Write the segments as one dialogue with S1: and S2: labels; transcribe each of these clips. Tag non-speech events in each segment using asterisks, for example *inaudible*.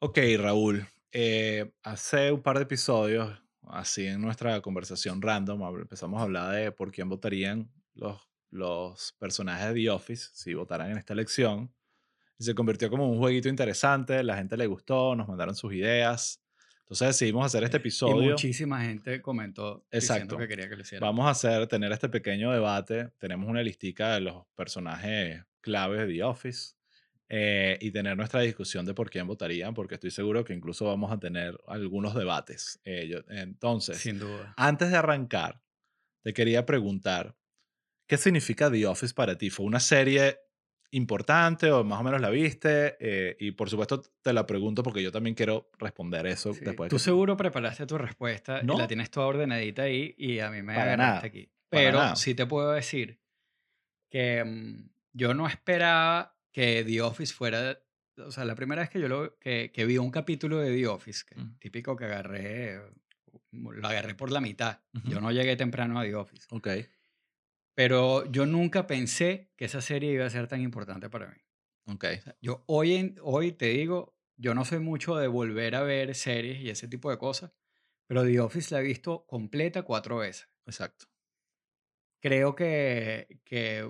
S1: Ok, Raúl, eh, hace un par de episodios, así en nuestra conversación random, habl- empezamos a hablar de por quién votarían los, los personajes de The Office si votaran en esta elección. Y se convirtió como un jueguito interesante, la gente le gustó, nos mandaron sus ideas. Entonces decidimos hacer este
S2: Y
S1: episodio.
S2: muchísima gente comentó
S1: Exacto.
S2: diciendo que quería que lo hiciera.
S1: Vamos a hacer, tener este pequeño debate. Tenemos una listica de los personajes claves de The Office eh, y tener nuestra discusión de por quién votarían, porque estoy seguro que incluso vamos a tener algunos debates. Eh, yo- entonces,
S2: Sin duda.
S1: antes de arrancar, te quería preguntar, ¿qué significa The Office para ti? ¿Fue una serie importante o más o menos la viste? Eh, y por supuesto te la pregunto porque yo también quiero responder eso
S2: Sí,
S1: después. de
S2: Tú
S1: que-
S2: seguro preparaste tu respuesta
S1: No.
S2: y la tienes toda ordenadita ahí y a mí me
S1: Para
S2: agarraste
S1: nada,
S2: aquí.
S1: para
S2: Pero
S1: nada.
S2: sí te puedo decir que mm, yo no esperaba que The Office fuera... O sea, la primera vez que yo lo, que, que vi un capítulo de The Office, que
S1: Mm.
S2: típico que agarré, eh, lo agarré por la mitad. Yo
S1: Ujú.
S2: no llegué temprano a The Office.
S1: Ok.
S2: Pero yo nunca pensé que esa serie iba a ser tan importante para mí.
S1: Ok.
S2: sea, Yo hoy, en- hoy te digo, yo no soy mucho de volver a ver series y ese tipo de cosas, pero The Office la he visto completa cuatro veces.
S1: Exacto.
S2: Creo que, que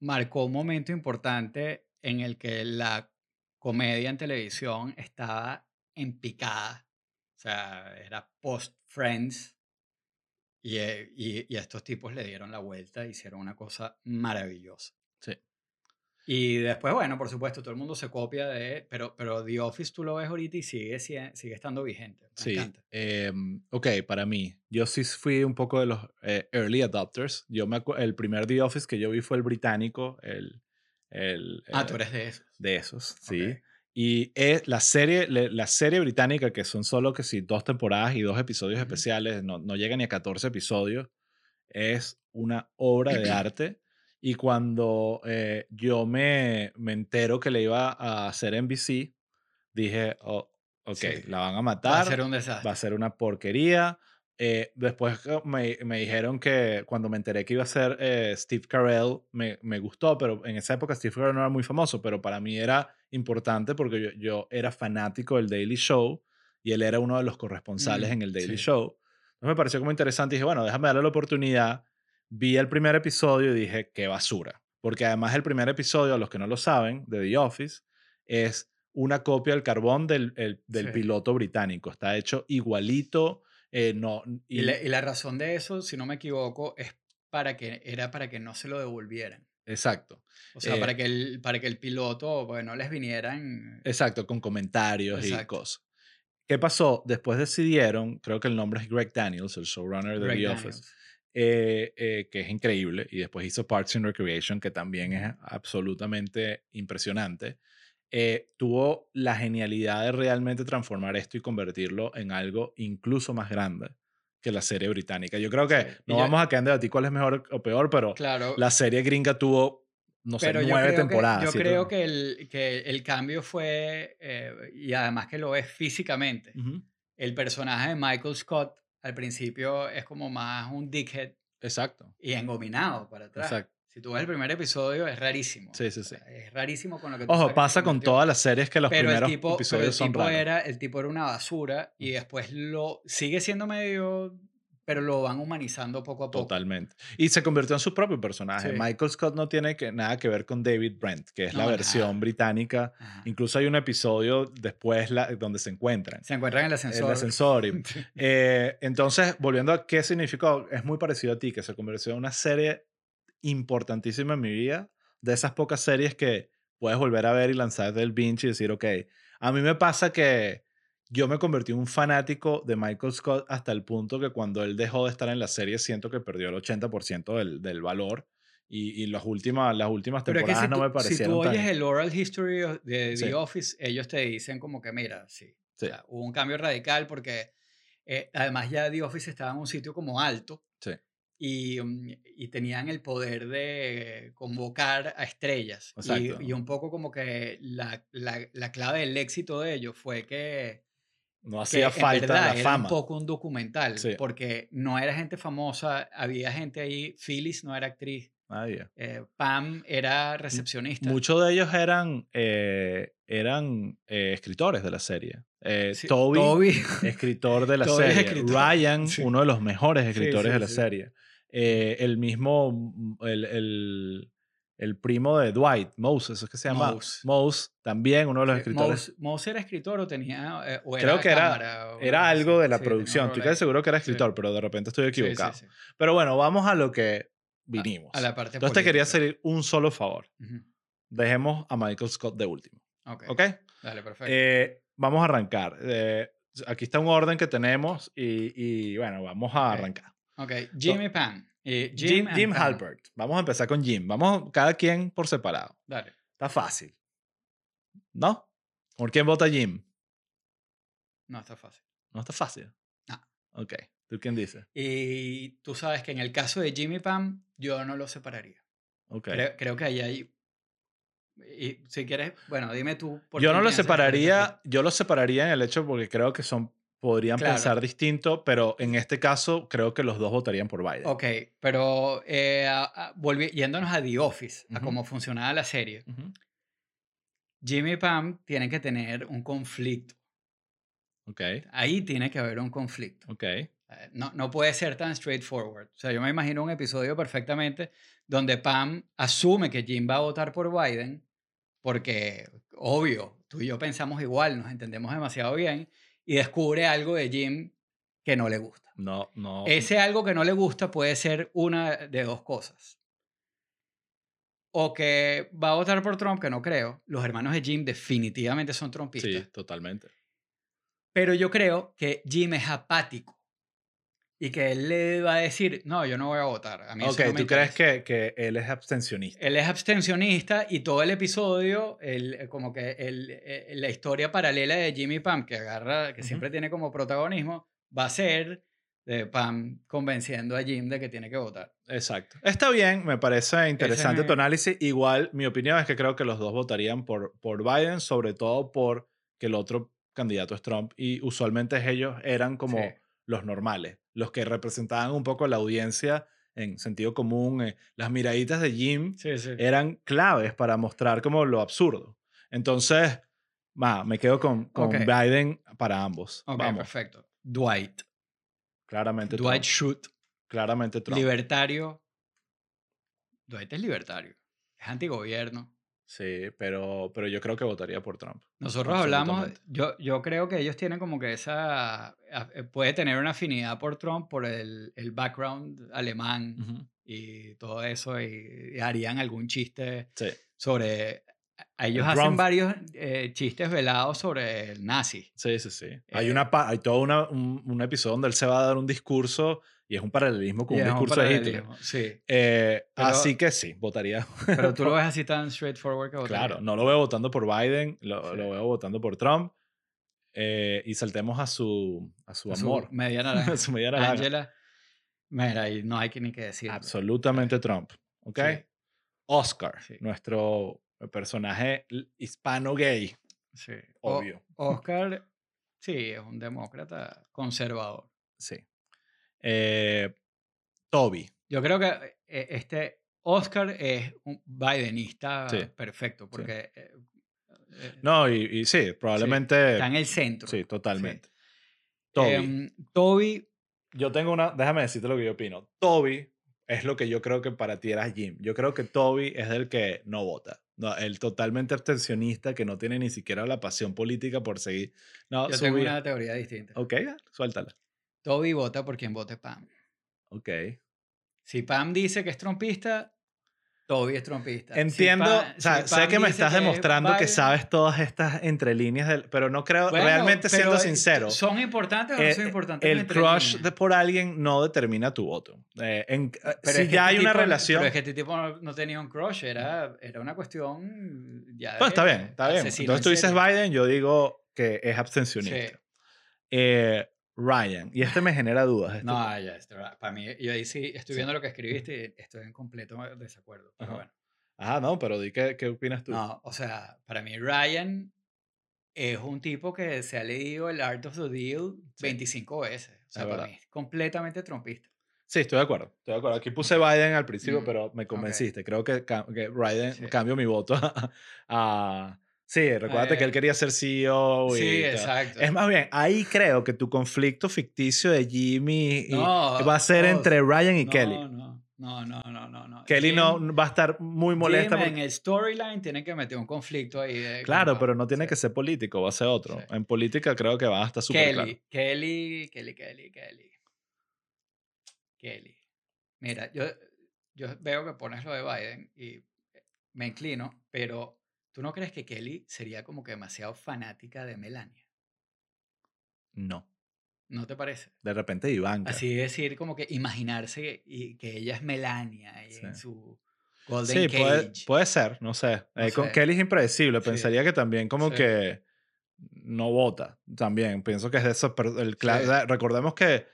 S2: marcó un momento importante en el que la comedia en televisión estaba en picada. O sea, era post-Friends. Y, eh, y, y a estos tipos le dieron la vuelta, hicieron una cosa maravillosa.
S1: Sí.
S2: Y después, bueno, por supuesto, todo el mundo se copia de, pero, pero The Office tú lo ves ahorita y sigue, sigue, sigue estando vigente. Me
S1: Sí.
S2: encanta.
S1: em, ok, para mí, yo sí fui un poco de los eh, early adopters. Yo me acu- el primer The Office que yo vi fue el británico, el, el,
S2: Ah,
S1: eh,
S2: tú eres de eso.
S1: de esos, sí.
S2: Ok.
S1: Y eh, la serie, le- la serie británica que son solo que sí dos temporadas y dos episodios
S2: Ujú.
S1: especiales, no, no llega ni a 14 episodios, es una obra de
S2: *clears throat*
S1: arte. Y cuando eh, yo me, me entero que le iba a hacer NBC, dije, "Oh, ok,
S2: Sí.
S1: la van a matar
S2: Va a ser un desastre.
S1: va a ser una porquería. Eh, después que me, me dijeron que cuando me enteré que iba a ser eh, Steve Carell, me, me gustó, pero en esa época Steve Carell no era muy famoso, pero para mí era importante porque yo, yo era fanático del Daily Show y él era uno de los corresponsales
S2: Mm,
S1: en el Daily
S2: sí.
S1: Show. Entonces me pareció como interesante y dije, bueno, déjame darle la oportunidad. Vi el primer episodio y dije, qué basura. Porque además el primer episodio, a los que no lo saben, de The Office, es una copia al carbón del, el- del
S2: Sí.
S1: piloto británico. Está hecho igualito. eh, no, y,
S2: Y, la, y la razón de eso, si no me equivoco, es para que era para que no se lo devolvieran.
S1: Exacto,
S2: O sea,
S1: Eh,
S2: para, que el, para que el piloto, pues no les vinieran.
S1: exacto, con comentarios y
S2: Exacto.
S1: cosas. ¿Qué pasó? Después decidieron, creo que el nombre es Greg Daniels, el showrunner de
S2: Greg
S1: The
S2: Daniels.
S1: Office, eh, eh, que es increíble, y después hizo Parks and Recreation, que también es absolutamente impresionante, eh, tuvo la genialidad de realmente transformar esto y convertirlo en algo incluso más grande que la serie británica. Yo creo que
S2: Sí, y
S1: no
S2: yo-
S1: vamos a quedar en debatir cuál es mejor o peor, pero
S2: Claro.
S1: la serie gringa tuvo, no sé,
S2: pero yo
S1: nueve
S2: creo que-
S1: temporadas.
S2: yo
S1: siete
S2: creo
S1: temporadas.
S2: que el, que el cambio fue, eh, y además que lo es físicamente.
S1: Ujú,
S2: El personaje de Michael Scott al principio es como más un dickhead
S1: Exacto.
S2: y engominado para atrás.
S1: Exacto.
S2: Si tú ves el primer episodio, es rarísimo.
S1: Sí, sí, sí.
S2: Es rarísimo con lo que tú sabes que
S1: Ojo,
S2: se
S1: pasa con
S2: convirtió.
S1: todas las series que los
S2: pero el
S1: primeros
S2: tipo, pero
S1: episodios
S2: el
S1: son
S2: tipo
S1: raros. Mm.
S2: era el tipo era una basura y después lo sigue siendo medio pero lo van humanizando poco a poco
S1: Totalmente. Y se convirtió en su propio personaje.
S2: Sí.
S1: Michael Scott no tiene que, nada que ver con David Brent, que es la
S2: No,
S1: versión
S2: nada.
S1: británica.
S2: Ajá.
S1: Incluso hay un episodio después la- donde se encuentran.
S2: se encuentran en el ascensor,
S1: El ascensor.
S2: *laughs*
S1: y- Eh, entonces, volviendo a qué significó, es muy parecido a ti, que se convirtió en una serie importantísima en mi vida, de esas pocas series que puedes volver a ver y lanzar del binge y decir, ok, a mí me pasa que yo me convertí en un fanático de Michael Scott hasta el punto que cuando él dejó de estar en la serie siento que perdió el 80% del, del valor y, y las, últimas, las últimas
S2: pero es que
S1: temporadas
S2: si
S1: no me
S2: tú, si tú
S1: parecieron tan-
S2: oyes el oral history of- de The
S1: Sí.
S2: Office ellos te dicen como que mira sí, o
S1: Sí.
S2: sea, hubo un cambio radical porque eh, además ya The Office estaba en un sitio como alto
S1: Sí.
S2: y, mm, y tenían el poder de convocar a estrellas. Y-
S1: Exacto.
S2: Y, un poco como que la, la- la clave del éxito de ellos fue que,
S1: No
S2: que
S1: hacía
S2: en
S1: falta
S2: verdad
S1: la
S2: era un
S1: fama.
S2: poco un documental,
S1: Sí.
S2: porque no era gente famosa, había gente ahí, Phyllis no era actriz,
S1: Nadie.
S2: Eh, Pam era recepcionista.
S1: Muchos de ellos eran, eh, eran eh, escritores de la serie. Eh,
S2: Sí,
S1: Toby, *laughs* escritor
S2: *laughs*
S1: de la
S2: Toby es
S1: serie.
S2: escritor.
S1: Ryan,
S2: Sí.
S1: uno de los mejores
S2: Sí,
S1: escritores
S2: sí,
S1: de la
S2: sí.
S1: serie. Eh, el mismo, mm, el, el, el primo de Dwight, Mouse, ¿eso es que se llama?
S2: Mouse.
S1: también uno de los escritores.
S2: Mouse, Mouse era escritor o tenía. eh, o
S1: Creo
S2: era
S1: que era-
S2: cámara, o
S1: Era
S2: así.
S1: algo de la
S2: Sí, tenía un
S1: producción.
S2: rol
S1: Estoy
S2: ahí.
S1: casi seguro que era
S2: Sí.
S1: escritor, pero de repente estoy
S2: Sí, sí,
S1: equivocado.
S2: sí.
S1: Pero bueno, vamos a lo que vinimos.
S2: A la parte
S1: Entonces te quería
S2: política.
S1: hacer un solo favor.
S2: Ujú.
S1: Dejemos a Michael Scott de último.
S2: Ok,
S1: ¿Ok?
S2: Dale, perfecto.
S1: Eh, vamos a arrancar. Eh, aquí está un orden que tenemos y, y, bueno, vamos a
S2: Ok.
S1: arrancar.
S2: ok, Jim y Pam. Eh,
S1: Jim,
S2: and
S1: Jim
S2: Pam.
S1: Halpert. Vamos a empezar con Jim. Vamos cada quien por separado.
S2: Dale.
S1: Está fácil. ¿No? ¿Por quién vota Jim?
S2: No, está fácil.
S1: No está fácil.
S2: No.
S1: Ok. ¿Tú quién dice?
S2: Y tú sabes que en el caso de Jim y Pam, yo no lo separaría.
S1: Ok.
S2: Creo, creo que ahí hay. Y si quieres, bueno, dime tú. por
S1: Yo
S2: quién
S1: no lo
S2: piensas que
S1: separaría,
S2: eres
S1: yo lo separaría en el hecho porque creo que son podrían
S2: Claro.
S1: pensar distinto, pero en este caso creo que los dos votarían por Biden.
S2: el- Ok, pero eh, a- a- volvi- yéndonos a The Office, a
S1: Ujú.
S2: cómo funcionaba la serie,
S1: Ujú.
S2: Jim y Pam tienen que tener un conflicto.
S1: Ok.
S2: Ahí tiene que haber un conflicto.
S1: Ok.
S2: Eh, No, no puede ser tan straightforward. O sea, yo me imagino un episodio perfectamente donde Pam asume que Jim va a votar por Biden, porque, obvio, tú y yo pensamos igual, nos entendemos demasiado bien, y descubre algo de Jim que no le gusta.
S1: No, no.
S2: Ese algo que no le gusta puede ser una de dos cosas. O que va a votar por Trump, que no creo. Los hermanos de Jim definitivamente son trumpistas.
S1: sí, totalmente.
S2: Pero yo creo que Jim es apático y que él le va a decir, no, yo no voy a votar. A mí eso
S1: Ok,
S2: no me
S1: ¿tú crees que,
S2: interesa".
S1: que él es abstencionista?
S2: Él es abstencionista y todo el episodio, el- como que el- eh, la historia paralela de Jimmy Pam, que agarra, que
S1: Ujú.
S2: siempre tiene como protagonismo, va a ser de Pam convenciendo a Jim de que tiene que votar.
S1: Exacto. Está bien, me parece interesante
S2: mi-
S1: tu análisis. Igual, mi opinión es que creo que los dos votarían por, por Biden, sobre todo por que el otro candidato es Trump y usualmente ellos eran como
S2: Sí.
S1: los normales, los que representaban un poco la audiencia en sentido común. eh, las miraditas de Jim
S2: Sí, sí.
S1: eran claves para mostrar como lo absurdo. Entonces, ma, me quedo con, con
S2: Ok.
S1: Biden para ambos.
S2: ok,
S1: Vamos,
S2: perfecto. Dwight.
S1: claramente
S2: Dwight
S1: Trump.
S2: Schrute,
S1: Claramente Trump.
S2: libertario. Dwight es libertario. Es antigobierno.
S1: Sí, pero, pero yo creo que votaría por Trump.
S2: Nosotros hablamos, eh,
S1: Absolutamente.
S2: yo, yo creo que ellos tienen como que esa, a- eh, puede tener una afinidad por Trump por el, el background alemán y todo eso, y, y harían algún chiste
S1: Sí,
S2: sobre, a- ellos
S1: El
S2: hacen
S1: Trump.
S2: varios eh, chistes velados sobre el nazi.
S1: sí, sí, sí. hay
S2: Eh,
S1: una pa- hay todo una- un, un episodio donde él se va a dar un discurso y es un paralelismo con
S2: Y
S1: un
S2: es un
S1: discurso de Hitler.
S2: paralelismo,
S1: *laughs*
S2: Sí,
S1: Eh,
S2: Pero-
S1: así que sí, votaría. *laughs*
S2: pero tú lo ves así tan straightforward que votaría.
S1: Claro, no lo veo votando por Biden, lo,
S2: Sí.
S1: lo veo votando por Trump. Eh, y saltemos a su, a su
S2: A su
S1: amor, *laughs*
S2: Media naranja.
S1: a su media naranja.
S2: Angela. Mira, ahí no hay que ni que decir.
S1: Absolutamente Trump. ¿Ok?
S2: Sí.
S1: Oscar,
S2: Sí.
S1: nuestro personaje hispano gay.
S2: Sí. O-
S1: Obvio.
S2: Oscar, sí, es un demócrata conservador.
S1: Sí. Eh, Toby.
S2: Yo creo que eh, este Oscar es un bidenista
S1: Sí.
S2: perfecto, porque eh, eh,
S1: No, y, y sí, probablemente.
S2: está en el centro.
S1: Sí, totalmente. Toby.
S2: Em, Toby,
S1: yo tengo una. Déjame decirte lo que yo opino. Toby es lo que yo creo que para ti era Jim. Yo creo que Toby es del que no vota. No, el totalmente abstencionista que no tiene ni siquiera la pasión política por seguir. No,
S2: yo
S1: su
S2: tengo
S1: vida-
S2: una teoría distinta.
S1: Ok, suéltala.
S2: Toby vota por quien vote Pam.
S1: Ok.
S2: Si Pam dice que es trompista, Toby es trompista. Si
S1: Entiendo,
S2: Pa-
S1: o sea,
S2: si
S1: sé
S2: Pam
S1: que me
S2: dice
S1: estás
S2: es
S1: demostrando que
S2: Biden-
S1: sabes todas estas entrelíneas, del, pero no creo,
S2: Bueno,
S1: realmente siendo
S2: pero, eh,
S1: sincero.
S2: ¿Son importantes o no
S1: eh,
S2: son importantes?
S1: El
S2: entre
S1: crush
S2: líneas?
S1: de por alguien no determina tu voto. Eh, en- eh,
S2: Pero
S1: si
S2: es que
S1: ya hay
S2: este
S1: una
S2: tipo-
S1: relación.
S2: Pero es que este tipo no, no tenía un crush, era, era una cuestión ya.
S1: Bueno,
S2: de
S1: está bien, está bien.
S2: asesino
S1: Entonces tú
S2: en
S1: dices
S2: serie.
S1: Biden, yo digo que es
S2: Sí.
S1: abstencionista. Eh, Ryan, y este me genera dudas. este-
S2: No, eh. ya, esto era- para mí, yo ahí sí estoy
S1: Sí.
S2: viendo lo que escribiste y estoy en completo desacuerdo. Pero
S1: Ajá.
S2: bueno,
S1: Ajá, no, pero di qué, qué opinas tú.
S2: no, o sea, para mí Ryan es un tipo que se ha leído el Art of the Deal
S1: Sí.
S2: 25 veces. O sea,
S1: Es
S2: para
S1: verdad.
S2: mí es completamente trompista.
S1: Sí, estoy de acuerdo. Estoy de acuerdo. Aquí puse Biden al principio,
S2: Mm,
S1: pero me
S2: ok.
S1: convenciste. Creo que, ca- que Biden
S2: Sí.
S1: cambio mi voto *laughs* a. a- sí, recuérdate que
S2: ver.
S1: él quería ser CEO. Y
S2: Eh. Sí,
S1: tal.
S2: exacto.
S1: Es más bien, ahí creo que tu conflicto ficticio de Jimmy y-
S2: No,
S1: va a ser
S2: no,
S1: entre Ryan y
S2: no,
S1: Kelly.
S2: No, no, no, no, no. no.
S1: Kelly
S2: Jim-
S1: no va a estar muy molesta.
S2: Jim
S1: porque-
S2: En el storyline tiene que meter un conflicto ahí. de-
S1: Claro,
S2: con-
S1: pero no tiene
S2: sí.
S1: que ser político, va a ser otro.
S2: Sí.
S1: En política creo que va a estar súper
S2: Kelly,
S1: claro.
S2: Kelly, Kelly, Kelly, Kelly. Kelly. Mira, yo, yo veo que pones lo de Biden y eh, me inclino, pero ¿tú no crees que Kelly sería como que demasiado fanática de Melania?
S1: No.
S2: ¿No te parece?
S1: De repente Ivanka.
S2: Así decir, como que imaginarse que, y que ella es Melania y en
S1: Sí.
S2: su Golden
S1: Sí,
S2: Cage.
S1: puede, puede ser, no sé.
S2: No
S1: Eh, con
S2: sé.
S1: Kelly es impredecible.
S2: Sí.
S1: Pensaría que también como
S2: Sí.
S1: que no vota. También pienso que es de esos... per- El cla-
S2: Sí.
S1: o sea, Recordemos que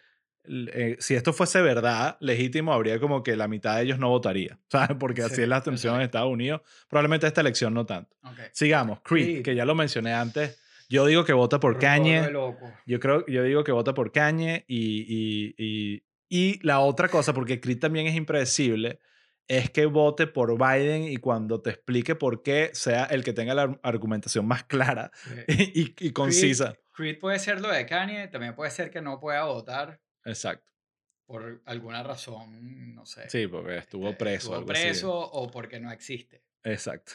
S1: l- eh, si esto fuese verdad, legítimo, habría como que la mitad de ellos no votaría. *laughs* ¿Sabes? Porque así
S2: Sí,
S1: es la tensión en
S2: exacto.
S1: Estados Unidos. Probablemente esta elección no tanto.
S2: Ok.
S1: Sigamos. Creed,
S2: Creed.
S1: que ya lo mencioné antes. Yo digo que vota por Kanye.
S2: Rolo loco.
S1: Yo creo, yo digo que vota por Cañe y, y, y, y la otra cosa, porque Creed también es impredecible, es que vote por Biden y cuando te explique por qué sea el que tenga la ar- argumentación más clara *laughs*
S2: Sí.
S1: y, y concisa.
S2: Creed puede ser lo de Kanye, también puede ser que no pueda votar Eh,
S1: Exacto.
S2: por alguna razón, no sé.
S1: Sí, porque Eh, estuvo
S2: este,
S1: preso.
S2: estuvo
S1: algo así.
S2: preso o porque no existe.
S1: Exacto.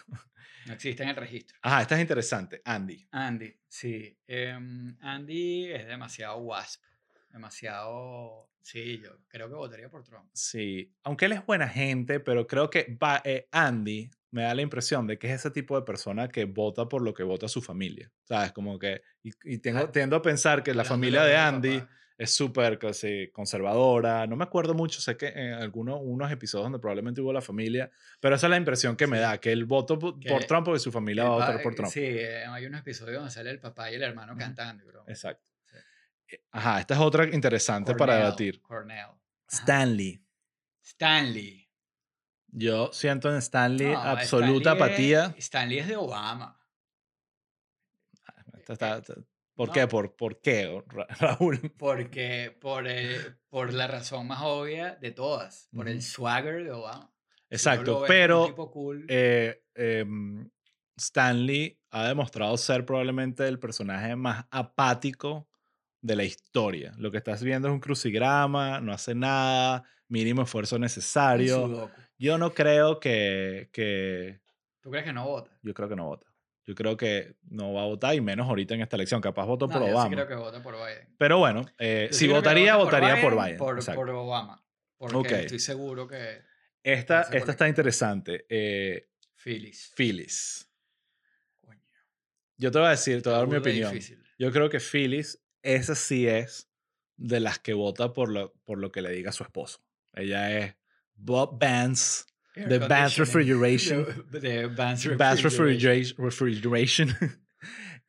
S2: No existe en el registro.
S1: Ah, esta es interesante. Andy.
S2: Andy, sí. em, Andy es demasiado wasp. Demasiado. Sí, yo creo que votaría por Trump.
S1: Sí, aunque él es buena gente, pero creo que va, eh, Andy me da la impresión de que es ese tipo de persona que vota por lo que vota su familia. ¿Sabes? Como que. Y, y tengo,
S2: Ah.
S1: tiendo a pensar que la
S2: Dándole
S1: familia de
S2: a mi
S1: Andy
S2: papá.
S1: es súper casi conservadora. No me acuerdo mucho, sé que en algunos unos episodios donde probablemente hubo la familia, pero esa es la impresión que me
S2: Sí.
S1: da, que él votó po-
S2: Que
S1: por Trump porque su familia
S2: El
S1: va a
S2: pa-
S1: votar por Trump.
S2: Sí, eh, hay unos episodios donde sale el papá y el hermano cantando. bro.
S1: Exacto.
S2: Sí.
S1: Eh, Ajá, esta es otra interesante para
S2: Cornell,
S1: debatir.
S2: Cornell. Ajá.
S1: Stanley.
S2: Stanley.
S1: Yo siento en Stanley
S2: No,
S1: absoluta
S2: Stanley
S1: apatía.
S2: Es, Stanley es de Obama.
S1: Esto Ah, está-
S2: Eh,
S1: está- ¿Por
S2: no.
S1: qué? ¿Por, ¿Por qué, Ra- *laughs* Raúl?
S2: Porque por, eh, por la razón más obvia de todas, por el
S1: Ujú.
S2: swagger de Obama. Si uno
S1: Exacto,
S2: lo ve, es un
S1: pero
S2: tipo cool.
S1: eh, em, Stanley ha demostrado ser probablemente el personaje más apático de la historia. Lo que estás viendo es un crucigrama, no hace nada, mínimo esfuerzo
S2: un
S1: necesario.
S2: sudoku.
S1: Yo no creo que, que...
S2: ¿Tú crees que no vota?
S1: Yo creo que no vota. Yo creo que no va a votar y menos ahorita en esta elección. Capaz votó
S2: No,
S1: por
S2: yo sí
S1: Obama.
S2: creo que vota por Biden.
S1: Pero bueno, eh,
S2: Yo sí
S1: si
S2: creo que
S1: votaría,
S2: vota
S1: votaría por Biden.
S2: Por,
S1: exacto.
S2: por Obama. Porque
S1: Ok.
S2: estoy seguro que
S1: Esta,
S2: Esa por
S1: esta
S2: ahí.
S1: está interesante. Eh,
S2: Phyllis.
S1: Phyllis.
S2: Coño,
S1: Yo te voy a decir, te voy a dar mi
S2: burda
S1: opinión.
S2: difícil.
S1: Yo creo que Phyllis, esa sí es de las que vota por lo, por lo que le diga su esposo. Ella es Bob Vance,
S2: Air
S1: The Vance
S2: conditioning. *laughs*
S1: Refrigeration.
S2: The- The Vance
S1: Vance
S2: Refrigeration.
S1: Refrigeration. refrigeration. *laughs*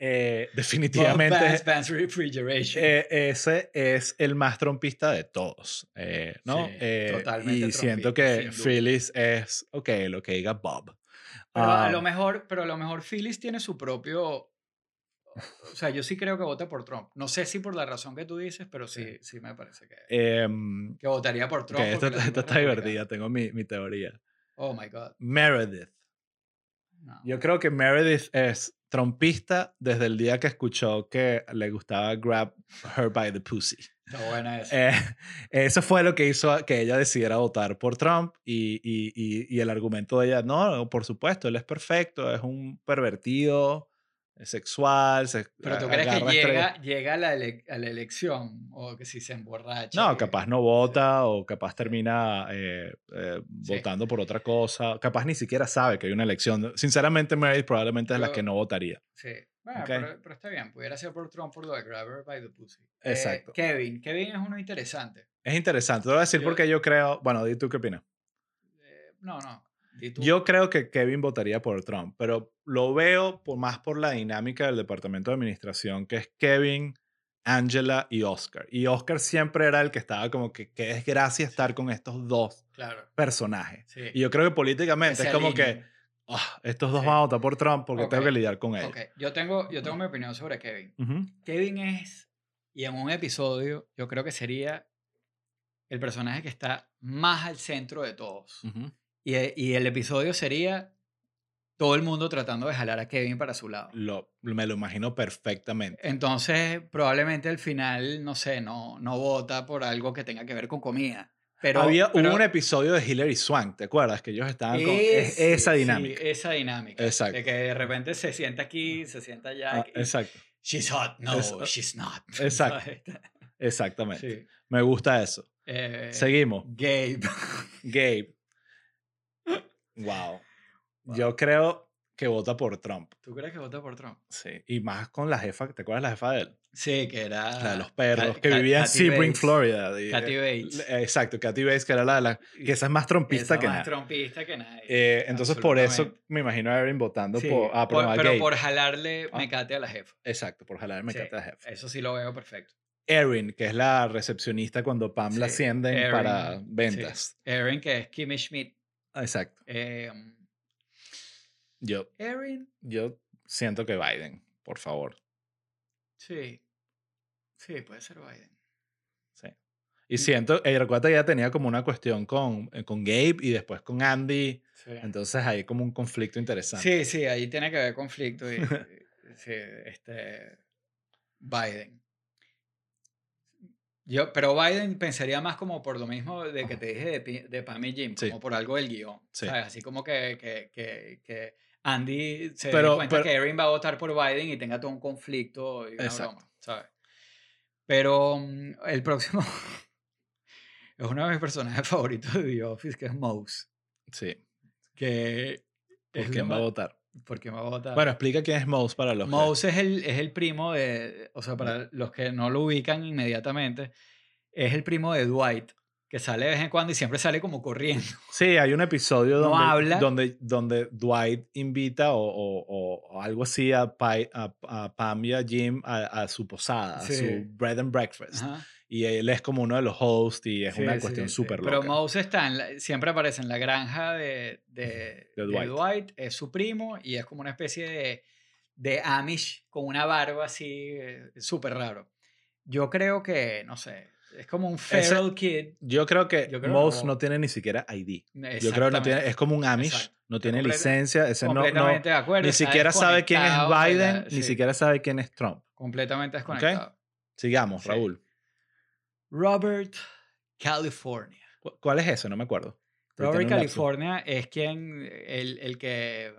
S1: Eh,
S2: Bob
S1: definitivamente
S2: Vance, Vance Refrigeration.
S1: eh, ese es el más trompista de todos, eh, ¿no?
S2: Sí,
S1: Eh,
S2: totalmente
S1: y siento
S2: trompista,
S1: que
S2: sin duda.
S1: Phyllis es, ok, lo que diga Bob.
S2: Pero a
S1: Ah,
S2: lo mejor, pero a lo mejor Phyllis tiene su propio. O sea, yo sí creo que vota por Trump. No sé si por la razón que tú dices, pero sí, sí me parece que,
S1: em,
S2: que votaría por Trump.
S1: Ok,
S2: porque
S1: esta,
S2: la tipa
S1: esta
S2: es
S1: está
S2: republicana.
S1: divertida, tengo mi, mi teoría.
S2: Oh my God.
S1: Meredith.
S2: no.
S1: Yo creo que Meredith es trompista desde el día que escuchó que le gustaba grab her by the pussy.
S2: Está buena esa.
S1: Eh, *laughs* eso fue lo que hizo a- que ella decidiera votar por Trump y, y, y- y el argumento de ella, no, por supuesto, él es perfecto, es un pervertido, es sexual. se-
S2: pero tú
S1: a-
S2: crees que
S1: agarra estrellas.
S2: llega, llega a, la ele- a la elección o que si se emborracha.
S1: No,
S2: y-
S1: capaz no vota o capaz termina eh, eh,
S2: Sí.
S1: votando por otra cosa. Capaz ni siquiera sabe que hay una elección. Sinceramente, Meredith probablemente es la
S2: Yo-
S1: que no votaría.
S2: Sí. Bueno,
S1: Ok.
S2: pero, pero está bien. Pudiera ser por Trump por lo de Grabber by the Pussy. Eh,
S1: Exacto.
S2: Kevin. Kevin es uno interesante.
S1: Es interesante. Te voy a decir
S2: Yo-
S1: porque yo creo... Bueno, di tú qué opinas.
S2: Eh, no, no. Di tú.
S1: Yo creo que Kevin votaría por Trump, pero lo veo por- más por la dinámica del Departamento de Administración, que es Kevin, Angela y Oscar. Y Oscar siempre era el que estaba como que qué desgracia estar con estos dos
S2: Claro.
S1: personajes.
S2: Sí.
S1: Y yo creo que políticamente
S2: se
S1: es como que...
S2: alinean.
S1: "Ah, estos dos
S2: Sí.
S1: van a votar por Trump porque tengo
S2: Ok.
S1: que lidiar con ellos.
S2: Ok, yo tengo, yo tengo mi opinión sobre Kevin.
S1: Ujú.
S2: Kevin es, y en un episodio, yo creo que sería el personaje que está más al centro de todos.
S1: Ujú.
S2: Y, e- y el episodio sería todo el mundo tratando de jalar a Kevin para su lado.
S1: Lo, me lo imagino perfectamente.
S2: Entonces, probablemente al final, no sé, no, no vota por algo que tenga que ver con comida. Pero,
S1: Había hubo
S2: pero-
S1: un episodio de Hillary Swank, ¿te acuerdas? Que ellos estaban con es-
S2: Ese,
S1: esa
S2: sí,
S1: dinámica.
S2: esa dinámica.
S1: Exacto.
S2: De que de repente se sienta aquí, se sienta allá.
S1: Ah,
S2: y-
S1: exacto,
S2: She's hot. No,
S1: Es- ah,
S2: she's not. *laughs*
S1: exacto. exactamente.
S2: Sí.
S1: Me gusta eso.
S2: Eh,
S1: Seguimos.
S2: Gabe. *laughs*
S1: Gabe. *laughs* Wow. Yo creo que vota por Trump.
S2: ¿Tú crees que vota por Trump?
S1: Sí. Y más con la jefa, ¿te acuerdas la jefa de él?
S2: Sí, que era.
S1: la de los perros,
S2: Ca-
S1: que
S2: Ah, Ca-
S1: vivía en
S2: Kathy
S1: Sebring,
S2: Bates.
S1: Florida. Y-
S2: Kathy
S1: eh,
S2: Bates.
S1: eh, Exacto, Katy Bates, que era la de la... Que esa es más trompista
S2: Esa
S1: que
S2: más
S1: nada.
S2: trompista que nadie.
S1: Eh, entonces, por eso
S2: absolutamente.
S1: me imagino a Erin votando
S2: Sí,
S1: por... Ah,
S2: por-
S1: perdón, a
S2: pero
S1: Gabe.
S2: por jalarle
S1: Ah.
S2: mecate a la jefa.
S1: Exacto, por jalar me
S2: Sí,
S1: encanta la jefa.
S2: Eso sí lo veo perfecto.
S1: Erin, que es la recepcionista cuando Pam la
S2: Sí,
S1: ascienden
S2: Erin,
S1: para
S2: sí.
S1: ventas.
S2: Erin, que es Kimmy Schmidt.
S1: Exacto.
S2: Eh,
S1: Yo,
S2: Erin,
S1: yo siento que Biden, por favor.
S2: sí. Sí, puede ser Biden.
S1: Sí.
S2: Mm.
S1: Y siento, eh, recuerda que ella tenía como una cuestión con, eh, con Gabe y después con Andy.
S2: Sí.
S1: Entonces hay como un conflicto interesante.
S2: Sí, sí, ahí tiene que haber conflicto.
S1: *laughs*
S2: Y, eh, sí, este, Biden. Yo, pero Biden pensaría más como por lo mismo de que te dije de, Pi- de Pam y Jim,
S1: Sí.
S2: como por algo del guión.
S1: Sí.
S2: ¿sabes? Así como que, que, que, que Andy se
S1: Pero-
S2: dé cuenta
S1: pero-
S2: que Erin va a votar por Biden y tenga todo un conflicto y una
S1: Exacto.
S2: broma, ¿sabes? Pero mm, el próximo *laughs* es uno de mis personajes *laughs* favoritos de The Office, que es Mouse.
S1: Sí.
S2: Que
S1: ¿Por
S2: es lo
S1: quién va a
S2: más-
S1: votar?
S2: ¿Por quién va a votar?
S1: Bueno, explica quién es Mouse para los que-
S2: Mouse es el, es el primo de, o sea, para los que no lo ubican inmediatamente, es el primo de Dwight, que sale de vez en cuando y siempre sale como corriendo.
S1: Sí, hay un episodio
S2: No
S1: donde,
S2: habla.
S1: donde, donde Dwight invita o, o- o- o algo así a, Pai- a- a Pam y a Jim a, a su posada,
S2: Sí.
S1: a su bread and breakfast.
S2: Ajá.
S1: Y él es como uno de los hosts y es
S2: Sí,
S1: una
S2: sí,
S1: cuestión
S2: sí.
S1: súper loca.
S2: Pero Mouse está en la- siempre aparece en la granja de, de,
S1: *laughs* De
S2: de Dwight.
S1: Dwight.
S2: es su primo y es como una especie de, de Amish con una barba así eh, súper raro. Yo creo que, no sé, es como un
S1: Ese-
S2: feral kid.
S1: yo creo que
S2: Yo creo que
S1: Mouse
S2: no.
S1: no tiene ni siquiera ID. Yo creo que no tiene, es como un Amish,
S2: Exacto.
S1: no tiene
S2: Completa-
S1: licencia, ese no, no-
S2: completamente de acuerdo.
S1: ni
S2: está
S1: siquiera sabe quién es
S2: desconectado de la-
S1: Biden, ni
S2: sí,
S1: siquiera sabe quién es Trump.
S2: Completamente desconectado.
S1: Sigamos,
S2: Sí.
S1: Raúl.
S2: Robert California.
S1: ¿Cu- ¿Cuál es ese? No me acuerdo. Pero
S2: Robert
S1: tiene un lapsus.
S2: California es quien, el, el que,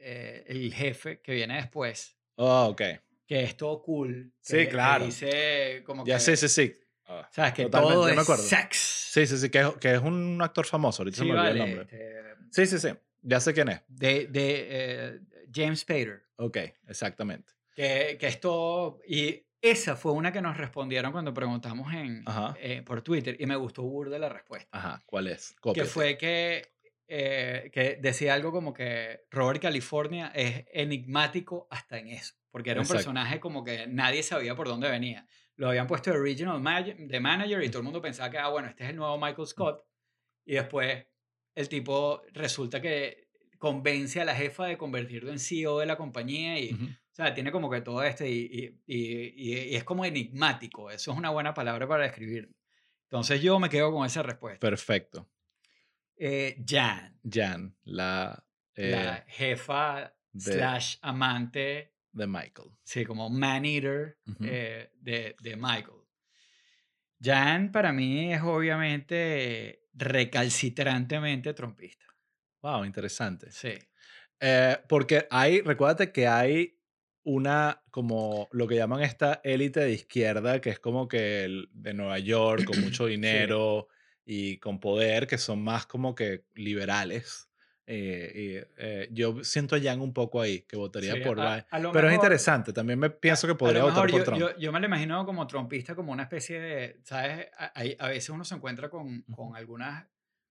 S2: eh, el jefe que viene después,
S1: Ah, ok.
S2: que es todo cool. que
S1: Sí,
S2: le- que
S1: claro.
S2: Dice como
S1: Ya
S2: que,
S1: sí, sí, sí. Ah.
S2: sabes que
S1: Totalmente,
S2: todo
S1: ya me
S2: es
S1: acuerdo.
S2: sex.
S1: Sí, sí, sí, que es, que es un actor famoso, ahorita
S2: Sí,
S1: se me olvidó
S2: vale,
S1: el nombre.
S2: este,
S1: Sí, sí, sí, ya sé quién es.
S2: de, de, eh, James Spader.
S1: Ok, exactamente.
S2: Que, que esto. Y esa fue una que nos respondieron cuando preguntamos en,
S1: Ajá.
S2: eh, por Twitter. Y me gustó burda la respuesta.
S1: Ajá, ¿cuál es?
S2: que
S1: Cópiate.
S2: fue que, eh, que decía algo como que Robert California es enigmático hasta en eso. Porque era un
S1: Exacto.
S2: personaje como que nadie sabía por dónde venía. Lo habían puesto de regional ma- de manager
S1: Mm.
S2: y todo el mundo pensaba que, ah, bueno, este es el nuevo Michael Scott. Y después el tipo resulta que convence a la jefa de convertirlo en CEO de la compañía y
S1: Ujú.
S2: o sea, tiene como que todo este y, y- y- y- y es como enigmático. Eso es una buena palabra para describirlo. Entonces yo me quedo con esa respuesta.
S1: Perfecto.
S2: Eh, Jan,
S1: Jan, la, eh,
S2: la jefa
S1: de-
S2: slash amante,
S1: de Michael.
S2: sí, como man eater
S1: Ujú.
S2: eh, de, de Michael. Jan para mí es obviamente recalcitrantemente trompista.
S1: Wow, interesante.
S2: Sí.
S1: Eh, porque hay, recuérdate que hay una, como lo que llaman esta élite de izquierda, que es como que el- de Nueva York,
S2: *clears throat*
S1: con mucho dinero y con poder, que son más como que liberales. Eh, y, eh, yo siento a Yang un poco ahí, que votaría
S2: Sí,
S1: por
S2: a-
S1: Biden.
S2: a lo
S1: Pero es
S2: mejor-
S1: interesante, también me pienso que podría
S2: a lo
S1: votar
S2: mejor
S1: por
S2: yo,
S1: Trump.
S2: Yo, yo me lo imagino como trompista, como una especie de, ¿sabes? A, hay- a veces uno se encuentra con, con algunas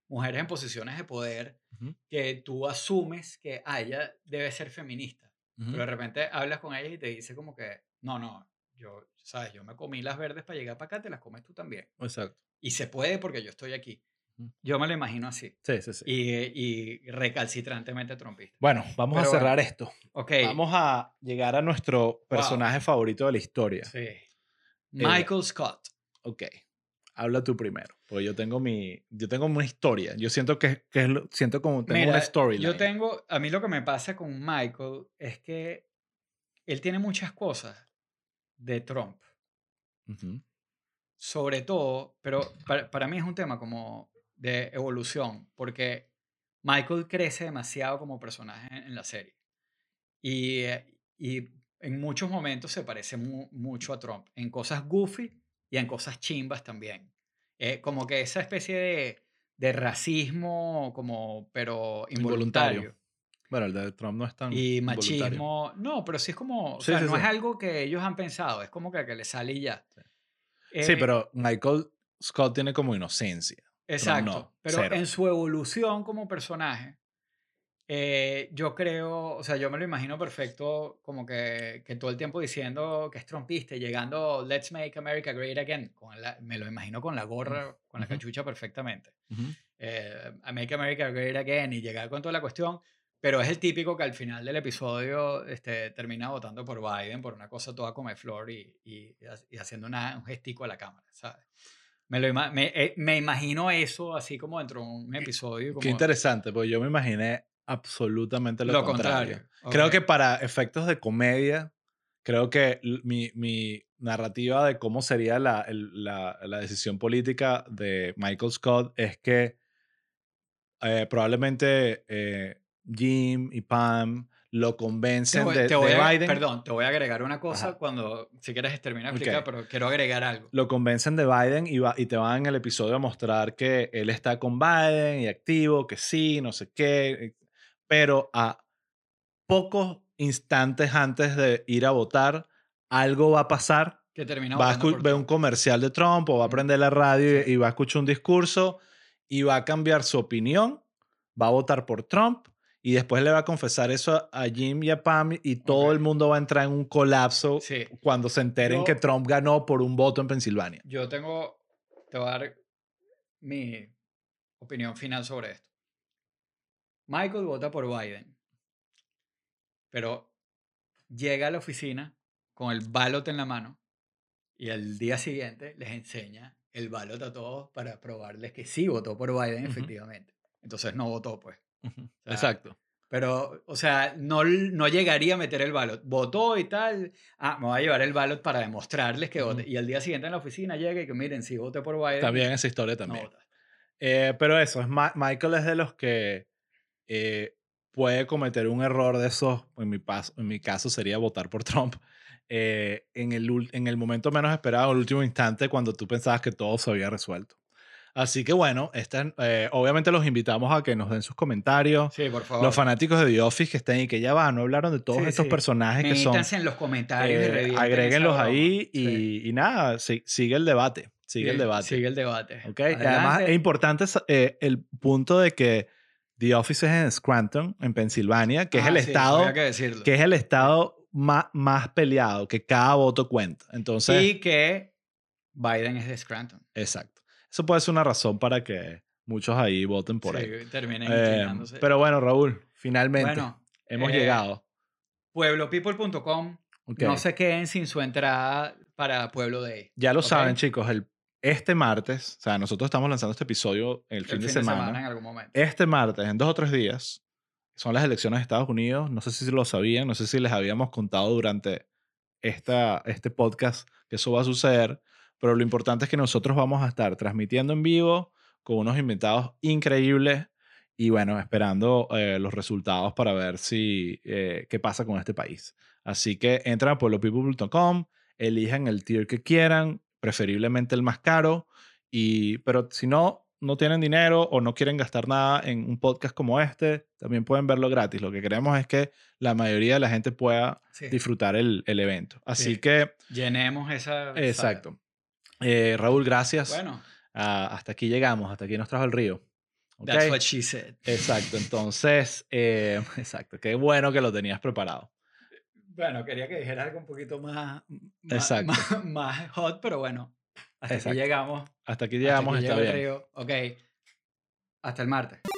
S2: mujeres en posiciones de poder
S1: Ujú.
S2: que tú asumes que ah, ella debe ser feminista,
S1: Ujú.
S2: pero de repente hablas con ellas y te dice como que, no, no, yo, ¿sabes? Yo me comí las verdes para llegar para acá, te las comes tú también.
S1: Exacto.
S2: Y se puede porque yo estoy aquí.
S1: Ujú.
S2: Yo me lo imagino así.
S1: Sí, sí, sí.
S2: Y, y recalcitrantemente trompista.
S1: bueno, vamos
S2: Pero
S1: a cerrar esto.
S2: Ok.
S1: Vamos a llegar a Eh, nuestro personaje favorito de la historia.
S2: Sí. Michael Scott.
S1: Ok. Habla tú primero, porque yo tengo mi, yo tengo una historia. Yo siento que, que es lo- siento como tengo
S2: Mira,
S1: una storyline.
S2: Yo tengo, a mí lo que me pasa con Michael es que él tiene muchas cosas de Trump,
S1: Ujú.
S2: sobre todo, pero para, para mí es un tema como de evolución, porque Michael crece demasiado como personaje en, en la serie. Y, eh, y en muchos momentos se parece mu- mucho a Trump, en cosas goofy y en cosas chimbas también. Eh, como que esa especie de, de racismo, como, pero
S1: Involuntario.
S2: involuntario.
S1: Bueno, el de Trump no es tan
S2: Y
S1: involuntario.
S2: machismo. No, pero sí es como. O
S1: Sí,
S2: sea,
S1: sí,
S2: no
S1: sí.
S2: es algo que ellos han pensado. Es como que, que le sale y ya.
S1: Sí,
S2: Eh,
S1: pero Michael Scott tiene como inocencia.
S2: Exacto.
S1: no,
S2: pero
S1: cero.
S2: en su evolución como personaje, eh, yo creo. O sea, yo me lo imagino perfecto, como que, que todo el tiempo diciendo que es trompista y llegando, let's make America great again. Con la- me lo imagino con la gorra, con la
S1: Ujú.
S2: cachucha perfectamente.
S1: Ujú.
S2: eh, a Make America Great Again y llegar con toda la cuestión, pero es el típico que al final del episodio este, termina votando por Biden por una cosa toda come flor y, y- y haciendo una- un gestico a la cámara, ¿sabes? Me, lo ima- me, eh, me imagino eso así como dentro de un episodio. Como
S1: Qué interesante, porque yo me imaginé absolutamente lo,
S2: Lo
S1: contrario.
S2: contrario.
S1: Creo
S2: ok.
S1: que para efectos de comedia, creo que l- mi, mi narrativa de cómo sería la, el- la- la decisión política de Michael Scott es que eh, probablemente eh, Jim y Pam lo
S2: Te
S1: convencen
S2: voy,
S1: de,
S2: te voy
S1: de
S2: a,
S1: Biden.
S2: Perdón, te voy a agregar una cosa
S1: Ajá.
S2: cuando, si quieres terminar de
S1: Ok.
S2: explicar, pero quiero agregar algo.
S1: lo convencen de Biden y, va- y te van en el episodio a mostrar que él está con Biden y activo, que sí, no sé qué. eh, Pero a pocos instantes antes de ir a votar, algo va a pasar.
S2: Que termina
S1: Va a
S2: votando
S1: escu-
S2: por
S1: ver un
S2: Trump.
S1: comercial de Trump o va a
S2: Mm.
S1: prender la radio
S2: Sí.
S1: y, y va a escuchar un discurso y va a cambiar su opinión, va a votar por Trump y después le va a confesar eso a- a Jim y a Pam y todo
S2: Ok.
S1: el mundo va a entrar en un colapso
S2: Sí.
S1: cuando se enteren
S2: Yo-
S1: que Trump ganó por un voto en Pensilvania.
S2: Yo tengo, te voy a dar mi opinión final sobre esto. Michael vota por Biden, pero llega a la oficina con el ballot en la mano y al día siguiente les enseña el ballot a todos para probarles que sí votó por Biden
S1: Ujú.
S2: efectivamente. Entonces no votó, pues. sea,
S1: Exacto.
S2: Pero, o sea, no, l- no llegaría a meter el ballot. Votó y tal. Ah, me voy a llevar el ballot para demostrarles que
S1: Ujú.
S2: voté. Y al día siguiente en la oficina llega y que miren, sí voté por Biden.
S1: Está bien esa historia
S2: No
S1: también.
S2: votaste.
S1: Eh, pero eso, es Ma- Michael es de los que eh, puede cometer un error de esos, en mi, pas- en mi caso sería votar por Trump, eh, en, el, ul- en el momento menos esperado, el último instante, cuando tú pensabas que todo se había resuelto. Así que bueno, esta- eh, obviamente los invitamos a que nos den sus comentarios.
S2: Sí, por favor.
S1: Los fanáticos de The Office que estén y que ya van, no hablaron de todos
S2: Sí,
S1: estos
S2: sí.
S1: personajes que son.
S2: Métanse en los comentarios. y
S1: Eh,
S2: revienten esa
S1: agréguenlos
S2: broma.
S1: ahí y,
S2: Sí,
S1: y nada, si- sigue el debate. Sigue
S2: sí,
S1: el debate.
S2: Sigue el debate.
S1: ¿ok? Y Además,
S2: Adelante.
S1: es importante sa- eh, el punto de que The Office es en Scranton, en Pensilvania, que es
S2: Ah,
S1: el
S2: sí,
S1: estado
S2: había que decirlo.
S1: que es el estado ma- más, peleado, que cada voto cuenta. Entonces,
S2: y que Biden es de Scranton.
S1: exacto. Eso puede ser una razón para que muchos ahí voten por
S2: sí,
S1: él.
S2: terminen
S1: Eh,
S2: inclinándose.
S1: pero bueno, Raúl, finalmente
S2: bueno,
S1: hemos
S2: eh,
S1: llegado.
S2: pueblopeople.com.
S1: Ok.
S2: No se queden sin su entrada para Pueblo Day.
S1: Ya lo
S2: ¿ok?
S1: saben, chicos, el, este martes, o sea, nosotros estamos lanzando este episodio el,
S2: El fin de semana, en algún momento.
S1: este martes, en dos o tres días, son las elecciones de Estados Unidos. No sé si lo sabían, no sé si les habíamos contado durante esta, este podcast que eso va a suceder, pero lo importante es que nosotros vamos a estar transmitiendo en vivo con unos invitados increíbles y bueno, esperando eh, los resultados para ver si eh, qué pasa con este país. Así que entran a pueblopeople.com, elijan el tier que quieran, preferiblemente el más caro. Y, pero si no, no tienen dinero o no quieren gastar nada en un podcast como este, también pueden verlo gratis. Lo que queremos es que la mayoría de la gente pueda
S2: Sí,
S1: disfrutar el, el evento. Así
S2: Sí.
S1: que,
S2: Llenemos esa. sala.
S1: exacto. Eh, Raúl, gracias.
S2: Bueno,
S1: Ah, hasta aquí llegamos, hasta aquí nos trajo el río. ¿Ok?
S2: that's what she said.
S1: Exacto, entonces, eh, *laughs* exacto, qué bueno que lo tenías preparado.
S2: Bueno, quería que dijera algo un poquito más, más,
S1: Exacto.
S2: más, *laughs* más hot, pero bueno, hasta
S1: Exacto.
S2: aquí llegamos.
S1: Hasta aquí
S2: hasta
S1: llegamos,
S2: aquí
S1: está
S2: llegó el
S1: bien.
S2: río. Ok, hasta el martes.